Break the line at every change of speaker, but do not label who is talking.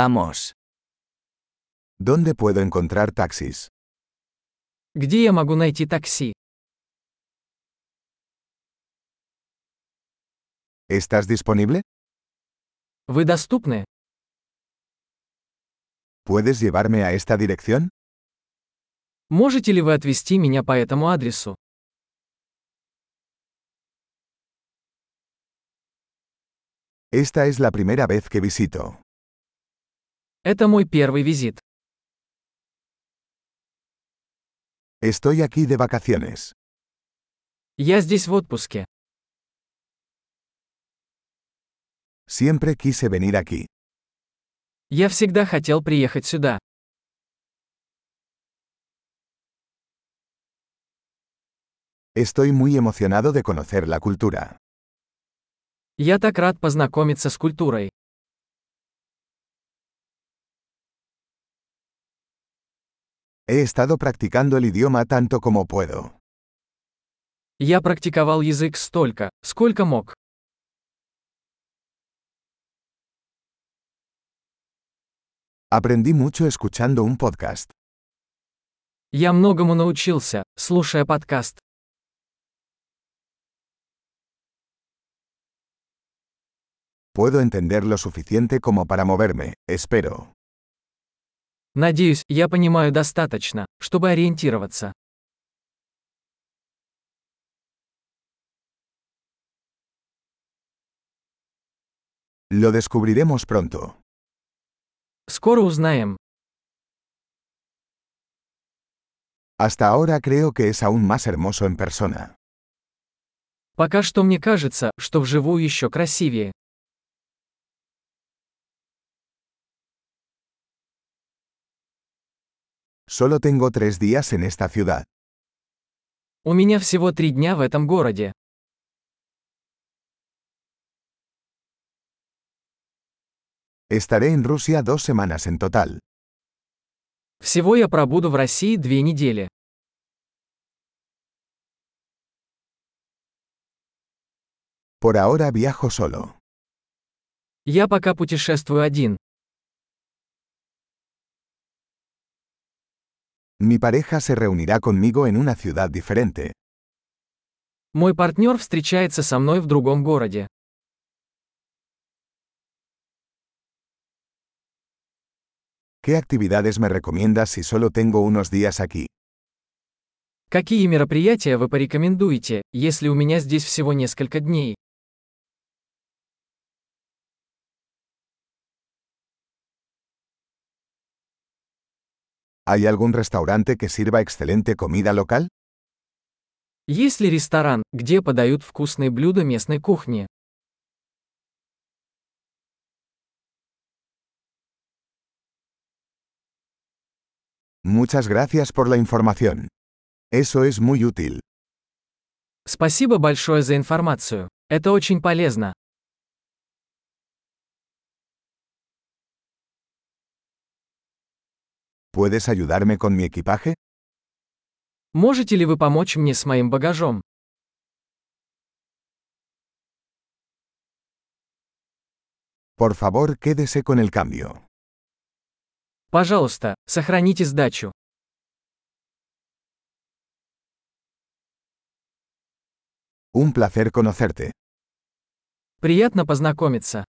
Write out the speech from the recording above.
Vamos.
¿Dónde puedo encontrar taxis?
Где я могу найти такси?
¿Estás disponible?
Вы доступны?
¿Puedes llevarme a esta dirección?
Можете ли вы отвезти меня по этому адресу?
Esta es la primera vez que visito.
Это мой первый визит.
Estoy aquí de vacaciones.
Я здесь в отпуске.
Siempre quise venir aquí.
Я всегда хотел приехать сюда.
Estoy muy emocionado de conocer la cultura.
Я так рад познакомиться с культурой.
He estado practicando el idioma tanto como puedo.
Я практиковал язык столько, сколько мог.
Aprendí mucho escuchando un podcast.
Я многому научился, слушая подкаст.
Puedo entender lo suficiente como para moverme, espero.
Надеюсь, я понимаю достаточно, чтобы ориентироваться.
Lo descubriremos pronto.
Скоро узнаем.
Hasta ahora creo que es aún más hermoso en persona.
Пока что мне кажется, что вживую еще красивее.
Solo tengo tres días en esta ciudad.
У меня всего три дня в этом городе.
Estaré en Rusia dos semanas en total.
Всего я пробуду в России две недели.
Por ahora viajo solo.
Я пока путешествую один.
Mi pareja se reunirá conmigo en una ciudad diferente.
Мой партнер встречается со мной в другом городе.
¿Qué actividades me recomiendas si solo tengo unos días aquí?
Какие мероприятия вы порекомендуете, если у меня здесь всего несколько дней?
¿Hay algún restaurante que sirva excelente comida local?
Есть ли ресторан, где подают вкусные блюда местной кухни?
Muchas gracias por la información. Eso es muy útil.
Спасибо большое за информацию. Это очень полезно.
¿Puedes ayudarme con mi equipaje?
Можете ли вы помочь мне с моим багажом?
Por favor, quédese con el cambio.
Пожалуйста, сохраните сдачу.
Un placer conocerte.
Приятно познакомиться.